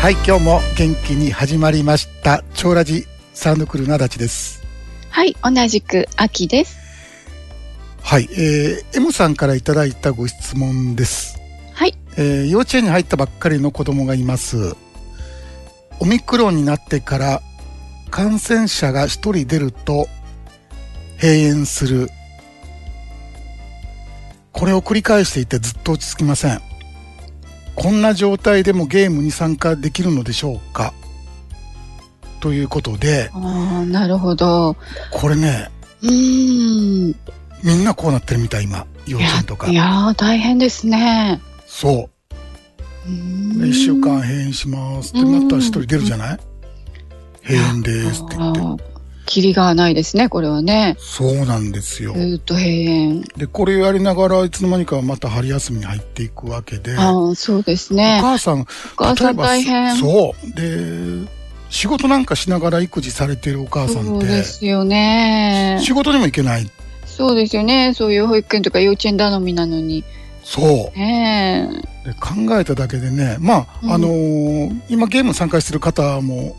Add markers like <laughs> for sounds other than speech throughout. はい今日も元気に始まりました超ラジサウンドクルーの足立ですはい、同じく秋です。はい、えー、M さんからいただいたご質問です、はい、えー幼稚園に入ったばっかりの子供がいますオミクロンになってから感染者が一人出ると閉園するこれを繰り返していてずっと落ち着きませんこんな状態でもゲームに参加できるのでしょうかということでああ、なるほど。これねうーん。いみんなこうなってるみたい今幼稚園とかやいやー、大変ですね。そううーん一週間閉園しますってなったら一人出るじゃない閉園ですって言って。あーキリがないですね、これはね。そうなんですよず。ーっと閉園。で、これやりながらいつの間にかまた春休みに入っていくわけで、おああ、そうですね。母さん、お母さ例んえば大変。そう。で、仕事なんかしながら育児されてるお母さんそっうてで、すよね。仕事にも行けない。そうですよね。そういう保育園とか幼稚園頼みなのに。そう。ねえ。で考えただけでね、まあ、うんあのー今ゲーム参加してる方も、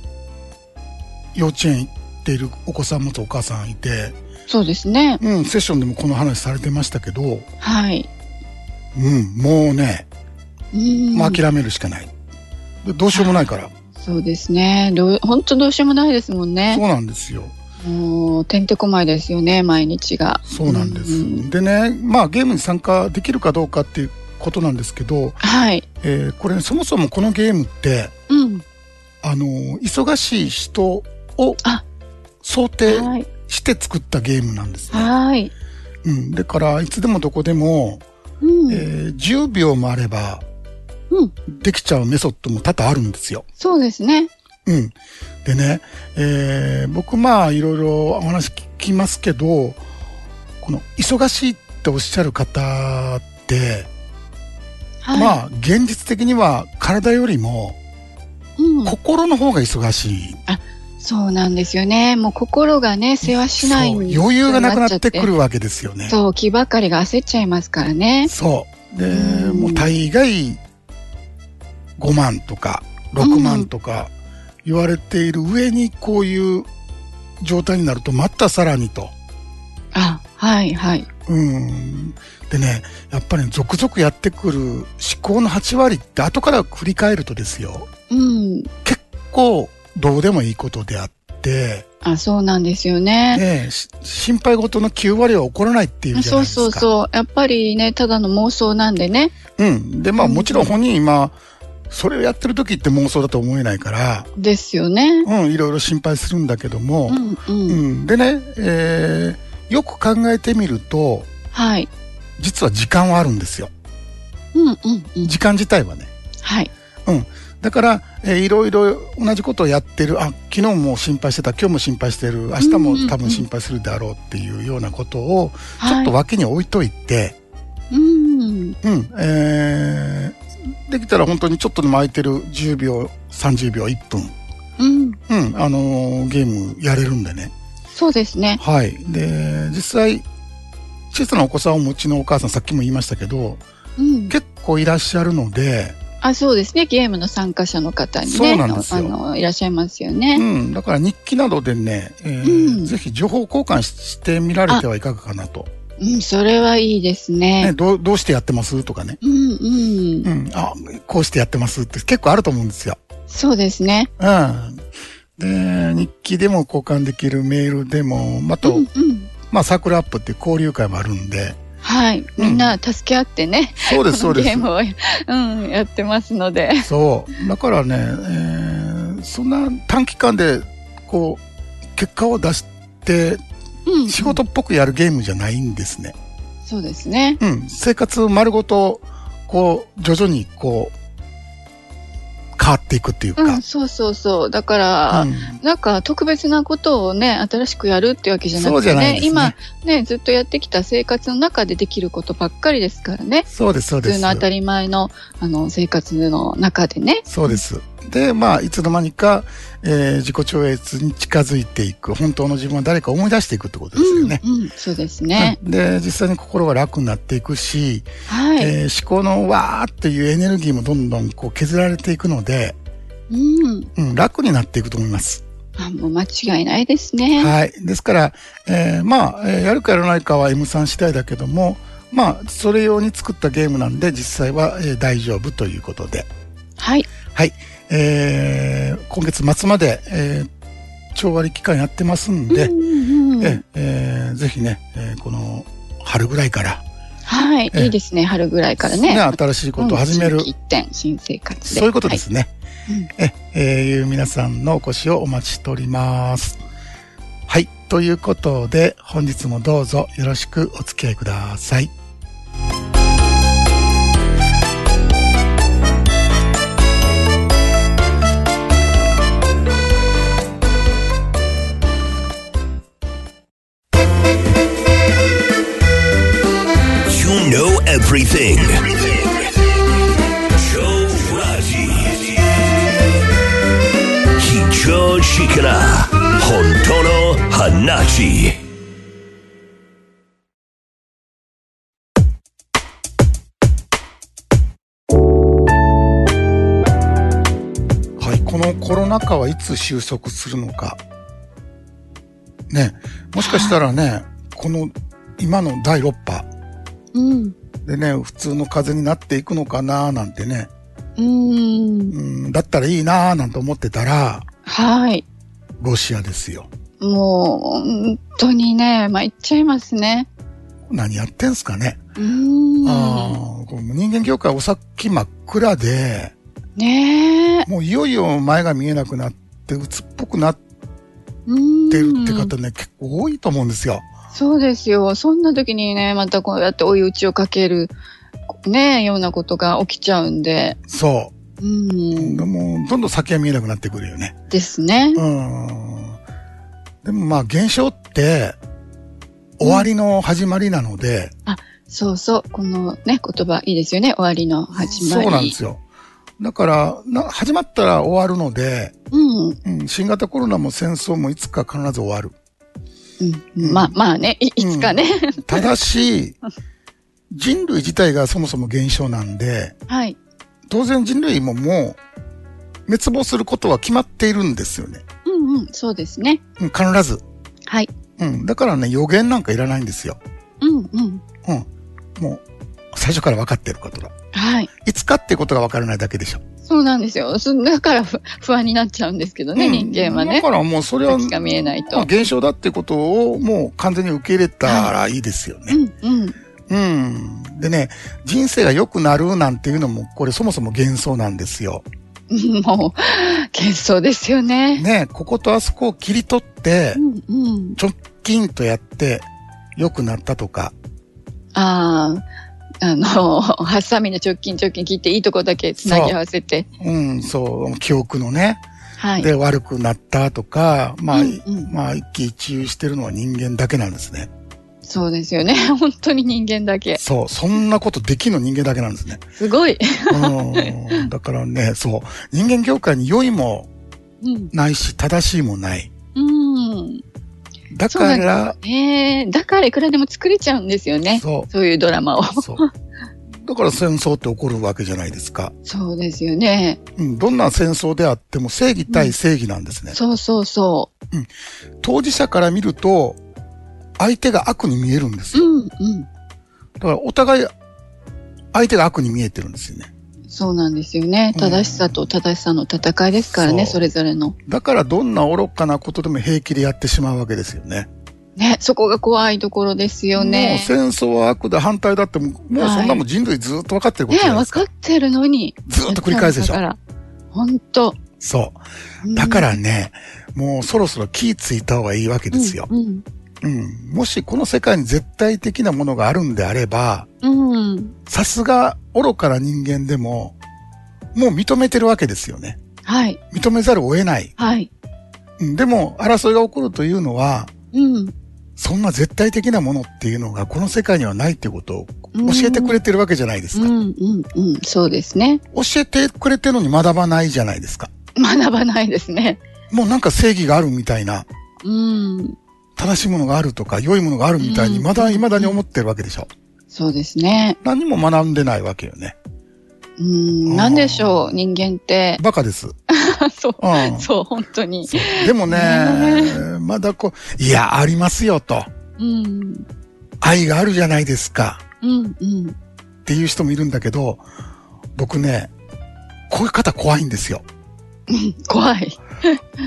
幼稚園行っているお子さんもとお母さんいて、そうですね。うん、セッションでもこの話されてましたけど、はい。うん、もうね、うーんもう諦めるしかない。でどうしようもないから。そうですね。どう本当どうしようもないですもんねそう。なんですよ。もうてんてこまいですよね毎日がそうなんです。うんでね、まあゲームに参加できるかどうかっていうことなんですけど、はいえーこれ、ね、そもそもこのゲームって、うんあのー忙しい人をあ想定はいして作ったゲームなんですね。はいうん。だから、いつでもどこでも、うん、えー10秒もあれば、うんできちゃうメソッドも多々あるんですよ。そうですねうん。でね、えー僕まあいろいろお話聞きますけど、この忙しいっておっしゃる方って、はい、まあ現実的には体よりもうん、心の方が忙しい。そうなんですよねもう心がね世話しないそうに余裕がなくなってっちゃくるわけですよね。そう気ばかりが焦っちゃいますからねそう。で、うんもう大概5万とか6万とか言われている上にこういう状態になるとまたさらにと。あはいはいうん。でね、やっぱり続々やってくる思考の8割って後から振り返るとですよ、うん結構どうでもいいことであって、あそうなんですよねねえ、し心配事の9割は起こらないっていうじゃなそいうですか。そうそうやっぱりねただの妄想なんでねうん。で、まあもちろん本人今、それをやってる時って妄想だと思えないから、ですよねうん、いろいろ心配するんだけどもう、んうん、うん。でね、えーよく考えてみると、はい実は時間はあるんですよ。うんうんうん時間自体はね。はいだから、えーいろいろ同じことをやってる、あ、昨日も心配してた、今日も心配してる、明日うんうんうもん多分心配するだろうっていうようなことを、ちょはっいと脇に置いといて、うんうん、えー、できたら本当にちょっとでも空いてる10秒、30秒、1分、うんうん、あのーゲームやれるんでね。そうですね。はい。で、実際、小さなお子さんをお持ちのお母さん、さっきも言いましたけど、うん。結構いらっしゃるので、あ、そうですね。ゲームの参加者の方にね、そうなんですよあのいらっしゃいますようね。ん、だから日記などでね、えーうんぜひ情報交換ししてみられてはいかがかなと。うん、それはいいですね、ね。どうどうしてやってますとかね。うんうん、うん、あ、こうしてやってますって結構あると思うんですよ。そうですね。うん。で、日記でも交換できるメールでも、あと、うんうん。まあサークルアップっていう交流会もあるんで。はい。みんな助け合ってね、そうです、そうこのでゲーす。ムを、うん、やってますので。そう。だからね、えーそんな短期間で、こう、結果を出して、うん。仕事っぽくやるゲームじゃないんですね。そうですね。うん、生活丸ごと、こう、徐々に、こう、変わっていくっていうか。うん、そうそうそう。だから、うんなんか特別なことをね、新しくやるってわけじゃなそうくじてゃないんねで、すね今ね、ずっとやってきた生活の中でできることばっかりですからね。そうです、そう普で通の当たす。り前のあの生活の中でね。そうです。で、まあ、いつの間にか、えー自己超越に近づいていく、本当の自分は誰かを思い出していくってことですよね。うんうん、そうですね。うんで、実際に心が楽になっていくし、はい。えー思考のわーっていうエネルギーもどんどんこう削られていくので、うん。うん、楽になっていくと思います。あ、もう間違いないですね。はい。ですから、えーまあ、えーやるかやらないかは M さん次第だけども、まあ、それ用に作ったゲームなんで、実際は、えー大丈夫ということで、はい。えー今月末まで、えー、調割期間やってますんで、うんうんうえん。えーぜひね、えーこの春ぐらいから、はい。ええいいですね。春ぐらいからね。新しいことを始める、うん新規一点、新生活で。そういうことですね。はい。うんえ、えーいう皆さんのお越しをお待ちしております。はい。ということで、本日もどうぞよろしくお付き合いください。 You know everything. Joe Raji. Hicho Shikara. Hontono Hanachi. はい。このコロナ禍はいつ収束するのか。ね。もしかしたらね、この今の第6波うん。でね、普通の風邪になっていくのかなーなんてね、うん。うん、だったらいいなーなんて思ってたら、はい。ロシアですよ。もう、本当にね、まあ、言っちゃいますね。何やってんすかね。うん。ああ、これもう人間業界お先真っ暗で、ねえ。もういよいよ前が見えなくなって、鬱っぽくなっうん。てるって方ね、結構多いと思うんですよ。そうですよ。そんな時にね、またこうやって追い打ちをかける、ねえ、ようなことが起きちゃうんで。そうう。ん。もう、どんどん先が見えなくなってくるよね。ですね。うん。でもまあ、現象って、終わりの始まりなので、そうそう。このね、言葉いいですよね。終わりの始まそり。うなんですよ。だから、な、始まったら終わるので、うん。うんうん、新型コロナも戦争もいつか必ず終わる。うんまあまあね、いいつかね。 <laughs> ただし、人類自体がそもそも減少なんで、はい。当然人類ももう滅亡することは決まっているんですよね。うんうん、そうですね。うん、必ず。はい。うん。だからね、予言なんかいらないんですよ。うんうん。うん。もう、最初から分かってることだ。はい。いつかっていうことが分からないだけでしょ。そうなんですよ。そだからふ不安になっちゃうんですけどね、うん人間はだねか。らもうそれは、先が見えないまあと。現象だってことをもう完全に受け入れたらいいですようね。んうん。うん。でね、人生が良くなるなんていうのも、これそもそも幻想なんですよ。もう、幻想ですよね。ね、こことあそこを切り取ってう、んうん。直近とやって良くなったとか、ああ、あの、ハサミで直近直近切っていいとこだけつなぎ合わせて。うん、そう、記憶のね、はい。で悪くなったとか、まあ、うんうんまあ、一喜一憂してるのは人間だけなんですね。そうですよね。 <laughs> 本当に人間だけ。そう、そんなことできるの人間だけなんですね。すごい。うん、 <laughs> だからね、そう、人間業界に良いもうん。ないし、正しいもない。うん。だそうかなんら、ええだからいくらでも作れちゃうんですよね。そそういうドラマを。う、そう。だから戦争って起こるわけじゃないですか。そうですよね。うん、どんな戦争であっても正義対正義なんですね。そうそうそ当事者から見ると、相手が悪に見えるんですう。よ。うん、うん。だからお互い、相手が悪に見えてるんですよね。そうなんですよね。うん正しさと正しさの戦いですからね、そうそれぞれの。だからどんな愚かなことでも平気でやってしまうわけですよね。ね、そこが怖いところですよもうね。戦争は悪だ、反対だってもう、もうそんなもん人類ずっと分かってることねじゃないで分すか。かってるのに。ずっと繰り返すでしょだ。から、本当。そうんう。だか、らね、もうそろそろ気ぃついた方がいいわけですよ。うん。うん。もしこの世界に絶対的なものがあるんであれば、うん。うんさすが愚かな人間でも、もう認めてるわけですよね。はい、認めざるを得ない。はい。うんでも、争いが起こるというのは、うん。そんな絶対的なものっていうのがこの世界にはないっていうことをうん教えてくれてるわけじゃないですうか。ん、うん、うん。そうですね。教えてくれてるのに学ばないじゃないですか。学ばないですね。もうなんか正義があるみたいな、うん。正しいものがあるとか、良いものがあるみたいに、うんまだ未だに思ってるわけでしょ。そうですね。何も学んでないわけよね。うーん、なんでしょう、人間って。 <laughs> バカです。そう、うんそう、本当に。そうでもね、まだこう、いや、ありますよと。うん、愛があるじゃないですか。うん、うん。っていう人もいるんだけど、僕ね、こういう方怖いんですよ。怖い。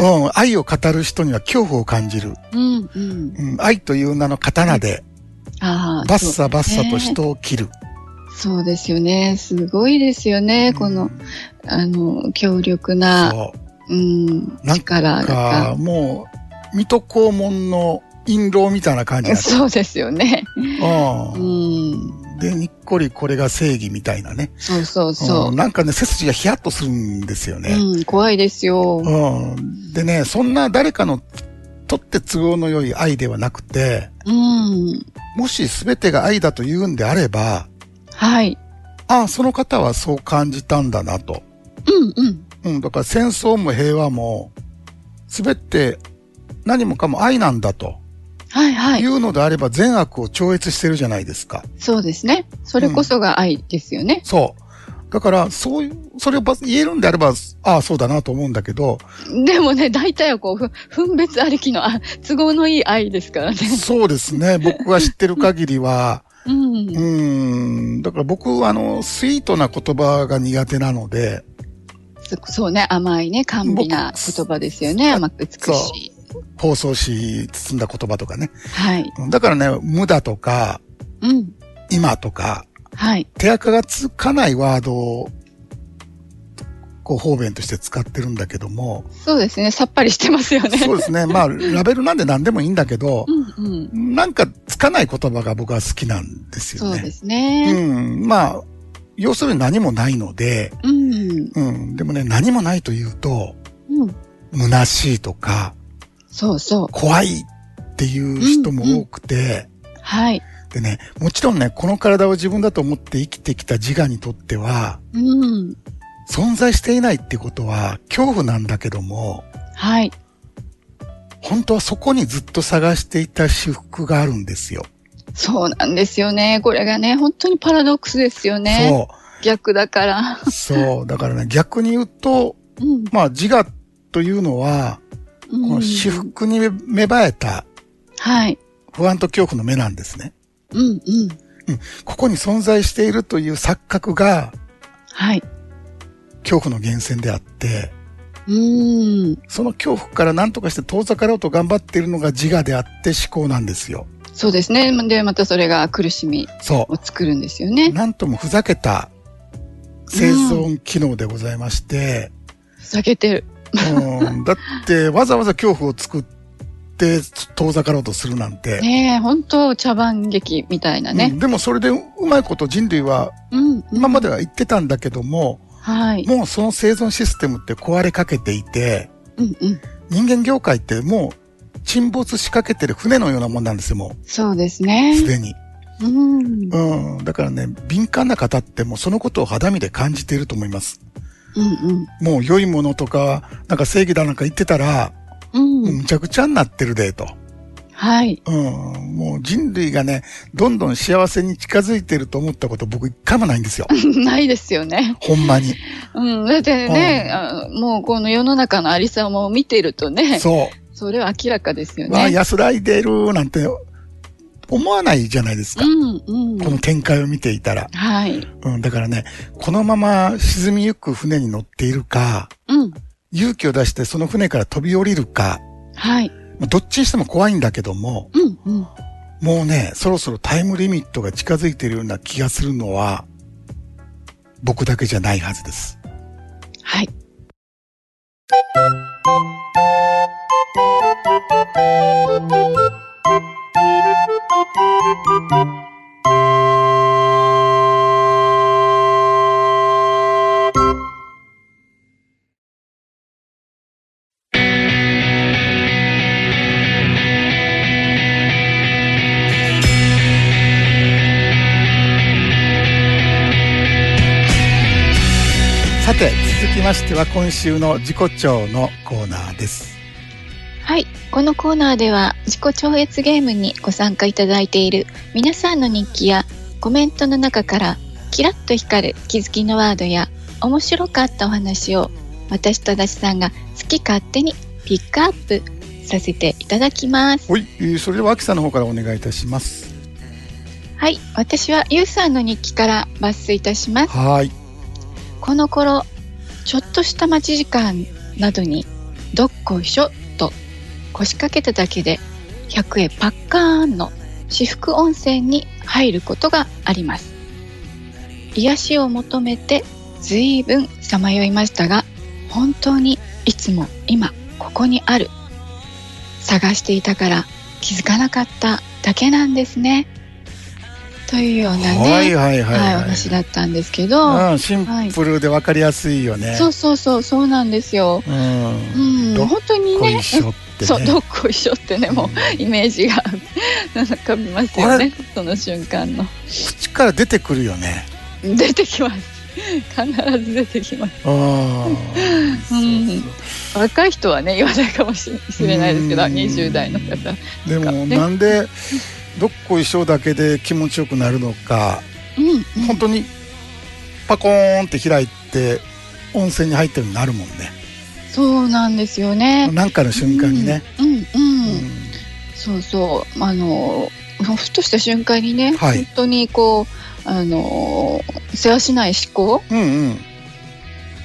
うん、愛を語る人には恐怖を感じる。うん、うん。うん、愛という名の刀で、ああ、バッそうサバッサと人を切る。そうですよね。すごいですよね。この、あの、強力な、そうん、なん力うかが。、もう、水戸黄門の印籠みたいな感じだ <laughs> そうですよね。うう。んで、にっこりこれが正義みたいなね。そうそうそんなんかね、背筋がヒヤッとするんですよう。ね。うん、怖いですよ。うん。でね、そんな誰かのとって都合の良い愛ではなくて、うん。もし全てが愛だと言うんであれば、はい。ああ、その方はそう感じたんだなと。うん、うん。うん、だから戦争も平和も、全て何もかも愛なんだとはい、はいい。うのであれば善悪を超越してるじゃないですか。そうですね。それこそが愛ですよね。そう。だから、そういう、それをば言えるんであれば、ああ、そうだなと思うんだけ <laughs> ど、でもね、大体はこう、ふ分別ありきのあ都合のいい愛ですからね。そうですね、僕が知ってる限り <laughs> は、うんう。ーん、だから僕はあの、スイートな言葉が苦手なので、そそうね、甘いね、甘美な言葉ですよね。甘く美しい。包装紙包んだ言葉とかね。はい。だからね、無だとか、うん。今とか、はい。手垢がつかないワードを、こう方便として使ってるんだけど <laughs> も、そうですね。さっぱりしてますよね。そうですね。まあ、ラベルなんで何でもいいんだけど、うんうん。なんかつかない言葉が僕は好きなんですよそね。うですね。うん。まあ、要するに何もないので、うん。うん。でもね、何もないというと、うん。虚しいとか、そうそう。怖いっていう人も多くて、はい。でね、もちろんね、この体を自分だと思って生きてきた自我にとっては、うん。存在していないってことは恐怖なんだけども、はい。本当はそこにずっと探していた私服があるんですよ。そうなんですよね。これがね、本当にパラドックスですよね。そ逆だから。う。そう。だからね、逆に言うと、うん。まあ自我というのは、うこのん私服に芽生えたはい。不安と恐怖の目なんですね。うんうん。ここに存在しているという錯覚がはい。恐怖の源泉であって、うん。その恐怖から何とかして遠ざかろうと頑張っているのが自我であって思考なんですよ。そうですね。で、またそれが苦しみそを作るんですよう。ね。なんともふざけた生存機能でございまして、ふざけてる。うん、だってわざわざ恐怖を作って遠ざかろうとするなんて。ねえ、本当茶番劇みたいなうね。んでもそれでうまいこと人類はうん。今までは言ってたんだけども、はい。もうその生存システムって壊れかけていて、うんうん。人間業界ってもう沈没しかけてる船のようなもんなんですよ、もそうでう。すすね。でに。うん。うん。だからね、敏感な方ってもうそのことを肌身で感じていると思います。うんもう良いものとか、なんか正義だなんか言ってたら、うん。うん。むちゃくちゃになってるで、と。はい。 <laughs> うん。もう人類がね、どんどん幸せに近づいてると思ったこと僕一回もないんですよ。ないですよね。ほんまに。うん。だってね、あもうこの世の中のありさまを見ているとね、そそれは明らかですよう。わあ、ね。安らいでるなんて思わないじゃないですうか。んうんこ。の展開を見ていたら。はい。うん。だからね、このまま沈みゆく船に乗っているか、うん。勇気を出してその船から飛び降りるか、はい。まあどっちにしても怖いんだけども、うんうん。もうね、そろそろタイムリミットが近づいているような気がするのは、僕だけじゃないはずです。はい。さて、続きましては今週の自己調のコーナーです。はい。このコーナーでは自己超越ゲームにご参加いただいている皆さんの日記やコメントの中からキラッと光る気づきのワードや面白かったお話を私と足立さんが好き勝手にピックアップさせていただきます。はい、えーそれでは秋さんの方からお願いいたします。はい、私はゆうさんの日記から抜粋いたします。はーい。この頃ちょっとした待ち時間などにどっこいしょと腰掛けただけで100円パッカーンの至福温泉に入ることがあります癒しを求めて随分さまよいましたが本当にいつも今ここにある探していたから気づかなかっただけなんですねというようなね、はいはいはい、はいお話だったんですけど、うん、シンプルでわかりやすいよね。そうそうそうそうなんですよ。う。うんん、どっ本当にこねいしょって、ね。そうどっこいしょってねもうイメージが浮かびますよねその瞬間の口から出てくるよね。出てきます必ず出てきますああ。うんそう若い人はね言わないかもしれないですけどうん20代の方そうでも、ねなんでどっこいしょだけで気持ちよくなるのか、うんうん本当にパコーンって開いて温泉に入ってるようになるもんね。そうなんですよねなんかの瞬間にね。うんうん、うんそうそうあのふとした瞬間にね、はい本当にこうあの世話しない思考うんうん。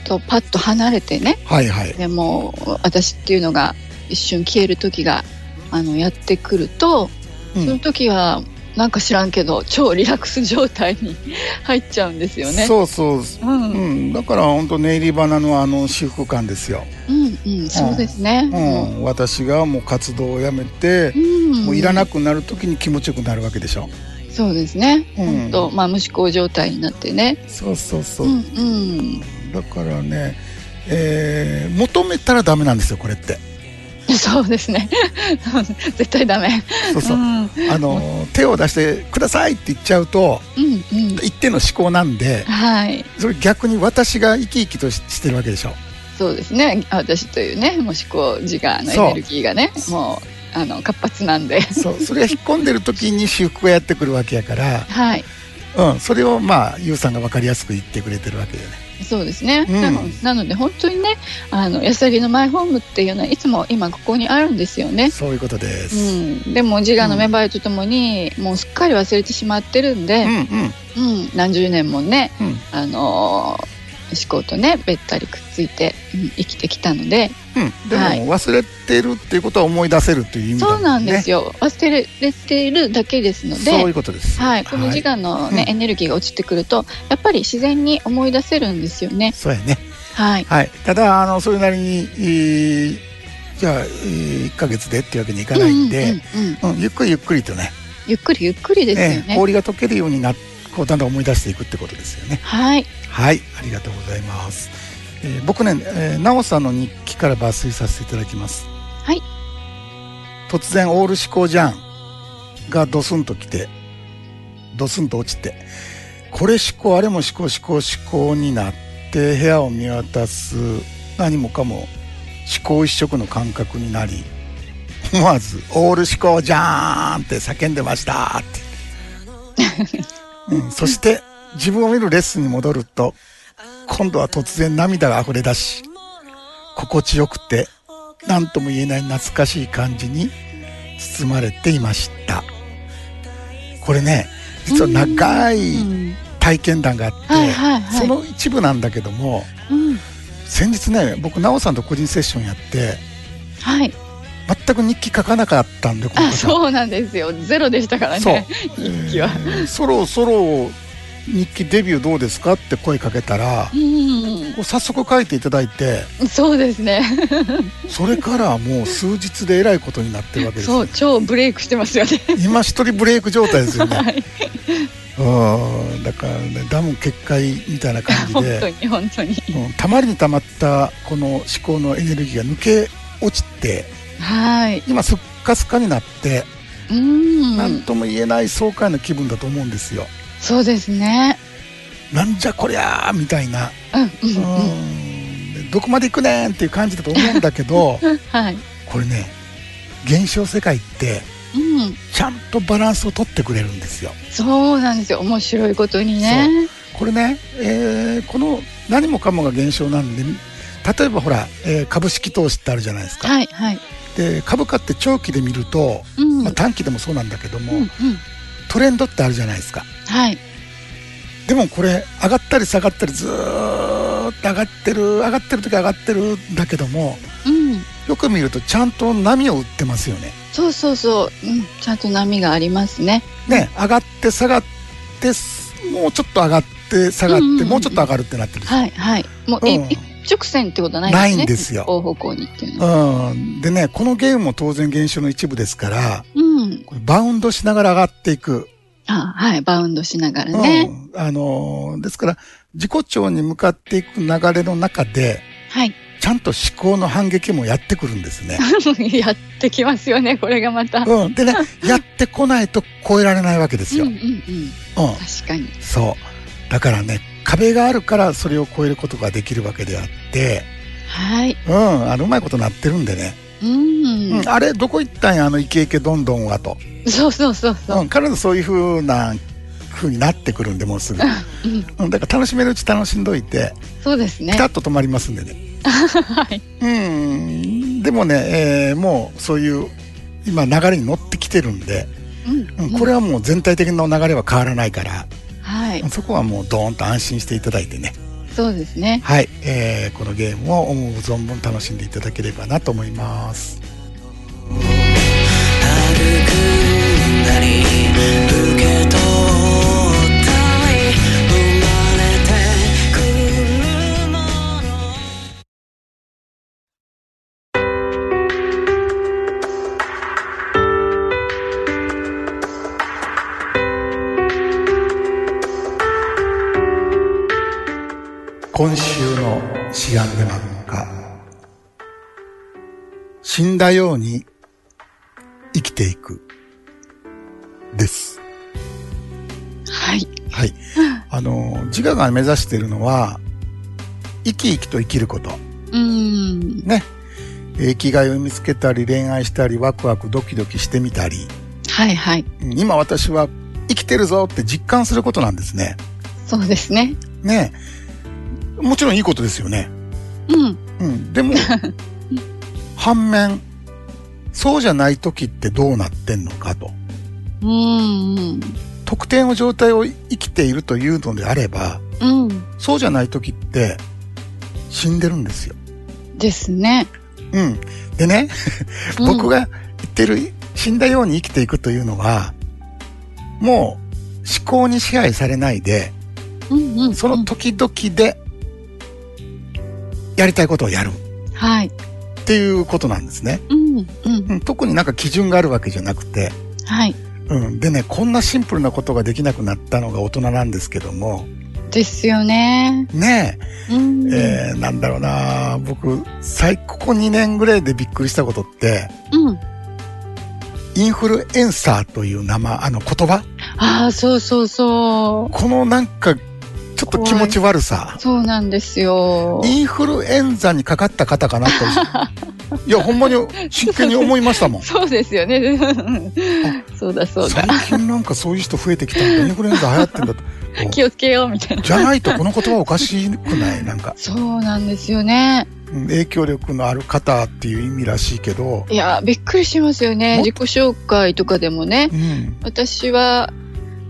とパッと離れてねはいはい。でも私っていうのが一瞬消える時があのやってくると、うんその時はなんか知らんけど超リラックス状態に <laughs> 入っちゃうんですよね。そうそう。ううんうんん、だから本当ネイリバナのあの私服感ですよ、うんそうですね。うん私がもう活動をやめて、うんもういらなくなる時に気持ちよくなるわけでしょ、そうですね。うん本当まあ無思考状態になってね。そうそうそうう、んうん。 <laughs> だからね、えー求めたらダメなんですよこれってそうですね。 <laughs> 絶対ダメ。そうそう、うんうんあの手を出してくださいって言っちゃうとうん。一定の思考なんではい。それ逆に私が生き生きとししてるわけでしょそうですね。私というね、もしこう自我のエネルギーがね、もうあの活発なんで。そうそれが引っ込んでる時に私服がやってくるわけやから、はい。うん、それをまあゆうさんが分かりやすく言ってくれてるわけよねそうですね、うんなのなので本当にねあの安らぎのマイホームっていうのはいつも今ここにあるんですよね、そういうことです、うん、でも自我の芽生えとともに、もうすっかり忘れてしまってるんでう、んうんうん何十年もね、うんあのー思考とねべったりくっついて、うん生きてきたので、うん、でもはい忘れてるっていうことは思い出せるという意味だもそねうなんですよ忘れているだけですのそういでうことですはい、この自我の、ねうんエネルギーが落ちてくるとやっぱり自然に思い出せるんですよね。そうやねはい、はいただあのそれなりに、えーじゃあ、え1ヶ月でっていうわけにいかないんで、うんうんうんうんうんゆっくりゆっくりとねゆっくりゆっくりですよね。ええ氷が溶けるようになこうだんだん思い出していくってことですよねはい。はいありがとうございます、えー僕ね、えー、なおさんの日記から抜粋させていただきますはい突然オール思考じゃんがドスンと来てドスンと落ちてこれ思考あれも思考思考思考になって部屋を見渡す何もかも思考一色の感覚になり <laughs> 思わず「オール思考じゃーん!」って叫んでましたって、うん、そして自分を見るレッスンに戻ると今度は突然涙が溢れ出し心地よくて何とも言えない懐かしい感じに包まれていましたこれね実は長いうん体験談があって、はいはいはいその一部なんだけどもうん先日ね僕奈緒さんと個人セッションやってはい。全く日記書かなかったんでこのあ、方そうなんですよ。ゼロでしたからそうね。日記はえーそろそろ日記デビューどうですかって声かけたらうん。こう早速書いていただいてそうですね。それからもう数日でえらいことになってるわけですそう、超ブレイクしてますよね。今一人ブレイク状態ですよね、 <laughs> はい。うんだからねダム決壊みたいな感じ <laughs> 本で当に本当に。うんたまりにたまったこの思考のエネルギーが抜け落ちてはい。今すっかすかになってう何ん。とも言えない爽快な気分だと思うんですよ。そうですね。なんじゃこりゃーみたいな、うんううんうん。んでどこまで行くねんっていう感じだと思うんだけ <laughs> どはい。これね現象世界ってうん。ちゃんとバランスを取ってくれるんですよ。そうなんですよ。面白いことにね。これね、えーこの何もかもが現象なんで例えばほら、えー株式投資ってあるじゃないですか、はいはい。で株価って長期で見ると、うん。うんまあ、短期でもそうなんだけども、うん。トレンドってあるじゃないですかはい。でもこれ上がったり下がったりずーっと上がってる上がってる時上がってるんだけどもうん。よく見るとちゃんと波を打ってますよねそうそうそう。うん。ちゃんと波がありますね。ね上がって下がってすもうちょっと上がって下がって、うんうんうんうんもうちょっと上がるってなってる、はいはい。もう、うんい一直線ってことはないですね。ないんですよ大方向にっていうのは。うん、でねこのゲームも当然現象の一部ですからうん。これバウンドしながら上がっていく、あはい。バウンドしながらね。うんあのーですから自己調に向かっていく流れの中ではい。 <laughs> ちゃんと思考の反撃もやってくるんですね。やってきますよね、これがまた。うんうん、で <laughs> ねやってこないと超えられないわけですうよ。んううんん。確かに。そうだからね壁があるからそれを超えることができるわけであって、はい。うん、あのうまいことなってるんでね、うん。うんあれどこ行ったんやあのイケイケどんどんはと、そうそうそうそう。うん、彼女そういう風な風になってくるんでもうすぐ、うん。うん、だから楽しめるうち楽しんどいてそうですねピ。タッと止まりますんでねはい。うんでもね、えーもうそういう今流れに乗ってきてるんで、う。うんん、これはもう全体的な流れは変わらないから、はい。そこはもうドーンと安心していただいてね、そうですね。はいえーこのゲームを思う存分楽しんでいただければなと思います。歩くんだり受け取ったり生まれてくるもの今週の詩眼で漫画死んだように生きていくです。はい。はい。あの、自我が目指しているのは、生き生きと生きること。うん。ね。えー生きがいを見つけたり、恋愛したり、ワクワクドキドキしてみたり、はいはい。うん今私は生きてるぞって実感することなんですね。そうですね。ねえもちろんいいことですよね。うん。うん。で <laughs> も、反面、そうじゃない時ってどうなってんのかと。うん。特定の状態を生きているというのであれば、うん。そうじゃない時って死んでるんですよ。ですね。うん。でね、うん僕が言ってる死んだように生きていくというのは、もう思考に支配されないで、うんうん。その時々でやりたいことをやるっはい。ていうことなんですね。うんうん。うん、特になんか基準があるわけじゃなくて、はい。うん。でね、こんなシンプルなことができなくなったのが大人なんですけども、ですよね。ねうん。え、えーなんだろうな僕、最、ここ2年ぐらいでびっくりしたことって、うん。インフルエンサーという名前、あの言葉ああ、そうそうそこのなんか、ちょっと気持ち悪さう。。そうなんですよ。インフルエンザにかかった方かな <laughs> と。いや、ほんまに真剣に思いましたもん。そうですよね。うんそうだそうだ最。近なんかそういう人増えてきたんだ。インフルエンザ流行ってん <laughs> だと。気をつけようみたいな。じゃないとこの言葉おかしくないなんか、そうなんですよね。うん影響力のある方っていう意味らしいけど、いや、びっくりしますよね。もっと自己紹介とかでもね。うん。私は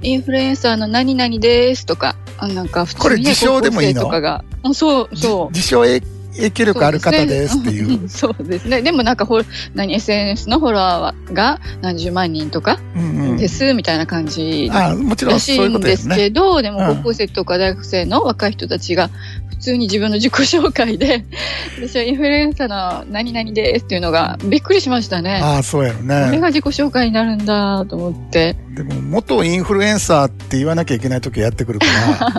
インフルエンサーの何々ですとか、あなんか普通に、ね、これ自称でもいいの高校生とかが、うんそうじそう。自称影影響力ある方ですっていんう。んそうですね。でもなんかほら、何、SNS のフォロワーが何十万人とかうんうんです、みたいな感じああもちろらんしそういいうこんとでですすね。けど、でもうん高校生とか大学生の若い人たちが、普通に自分の自己紹介で、 <laughs> 私はインフルエンサーの何々ですっていうのがびっくりしましたね。ああ、そうやろこれね。が自己紹介になるんだと思って。 <laughs> でも、元インフルエンサーって言わなきゃいけない時はやってくるか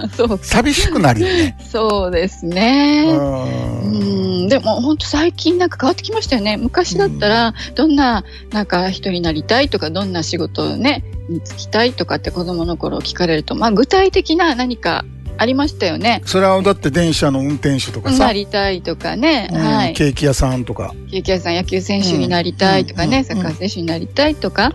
ら、 <laughs> そう、寂しくなるよね。そうですう。ね。うんんでも本当最近なんか変わってきましたよね。昔だったら、どんな、なんか人になりたいとか、どんな仕事をね、に就きたいとかって子供の頃聞かれると、まあ具体的な何かありましたよね。それはだって電車の運転手とかなさ、りたいとかね、うんはい。ケーキ屋さんとか、ケーキ屋さん野球選手になりたいとかうね、んサッカー選手になりたいとか、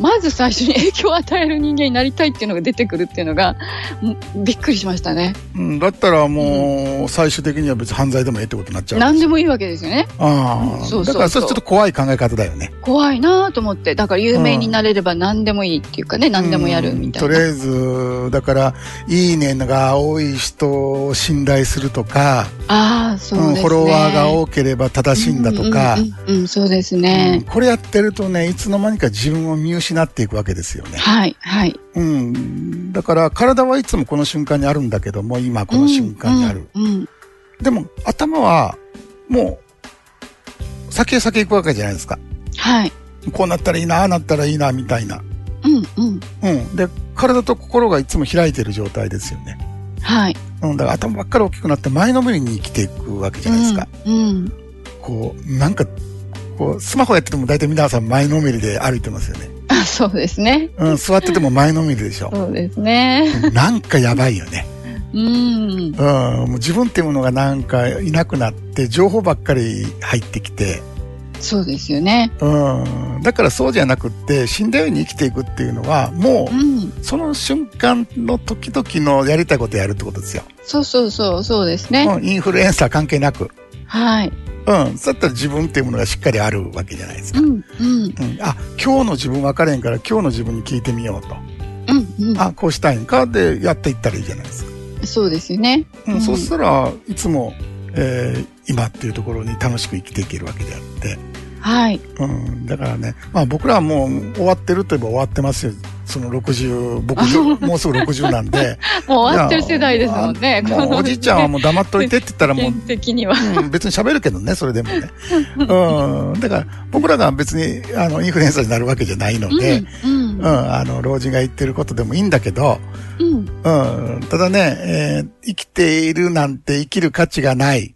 まず最初に影響を与える人間になりたいっていうのが出てくるっていうのが、もうびっくりしましたね。うん、だったらもう最終的には別に犯罪でもええってことになっちゃう何でもいいわけですよね。ああそうそうだそうからそれちょっと怖い考え方だよね怖いなぁと思って、だから有名になれれば何でもいいっていうかね、何でもやるみたいうんとりな。あえずだから「いいね」が多い人を信頼するとかああ、そううですんね。フォロワーが多ければ正しいんだとか、うんうんうんうんそうですうんね。これやってるとねいつの間にか自分を見失っていくわけですよね、はい、はい。うん、だから体はいつもこの瞬間にあるんだけども今この瞬間にある、うん。うんでも頭はもう先へ先へ行くわけじゃないですかはい。こうなったらいいなああなったらいいなみたいな、うん、うん。うん、で体と心がいつも開いてる状態ですよねはい。うん、だから頭ばっかり大きくなって前のめりに生きていくわけじゃないですか。うん。こう、なんか、こう、スマホやってても大体皆さん前のめりで歩いてますよね。あそうですね。うん、座ってても前のめりでしょ。そうですね。なんかやばいよね。うん。うん、もう自分っていうものがなんかいなくなって、情報ばっかり入ってきて、そうですよね。うん、だからそうじゃなくって、死んだように生きていくっていうのは、もうん。う、その瞬間の時々のやりたいことやるってことですよ。そうそうそう、そうですね。うん、インフルエンサー関係なく。はい。うん、そうだったら自分っていうものがしっかりあるわけじゃないですかうん、うん、うん、あ今日の自分分かれへんから今日の自分に聞いてみようと、うん、あこうしたいんかでやっていったらいいじゃないですか、うん。そうですよね。うんうんそうしたらいつも、えー今っていうところに楽しく生きていけるわけであって、はい。うん、だからね、まあ、僕らはもう終わってるといえば終わってますよその60僕もうすぐ60なんでもう終わってる世代ですもんね。いやあもうおじいちゃんはもう黙っといてって言ったらうもう現的には。うん別に喋るけどね、それでもね。うん。だから、僕らが別に、あの、インフルエンサーになるわけじゃないのうでん、、うんうん、、あの、老人が言ってることでもいいんだけど、うん。うん、ただね、えー生きているなんて生きる価値がない。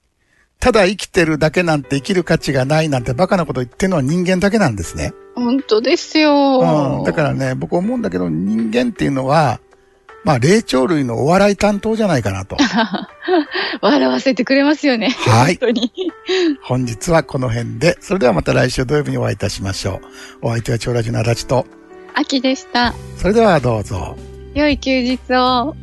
ただ生きてるだけなんて生きる価値がないなんてバカなこと言ってるのは人間だけなんですね。本当ですうん。よ。だからね、僕思うんだけど、人間っていうのは、まあ、霊長類のお笑い担当じゃないか <laughs> なと。笑わせてくれますよね。はい本当に。本日はこの辺で、それではまた来週土曜日にお会いいたしましょう。お相手は長ラジの足立と、秋でした。それではどうぞ。良い休日を。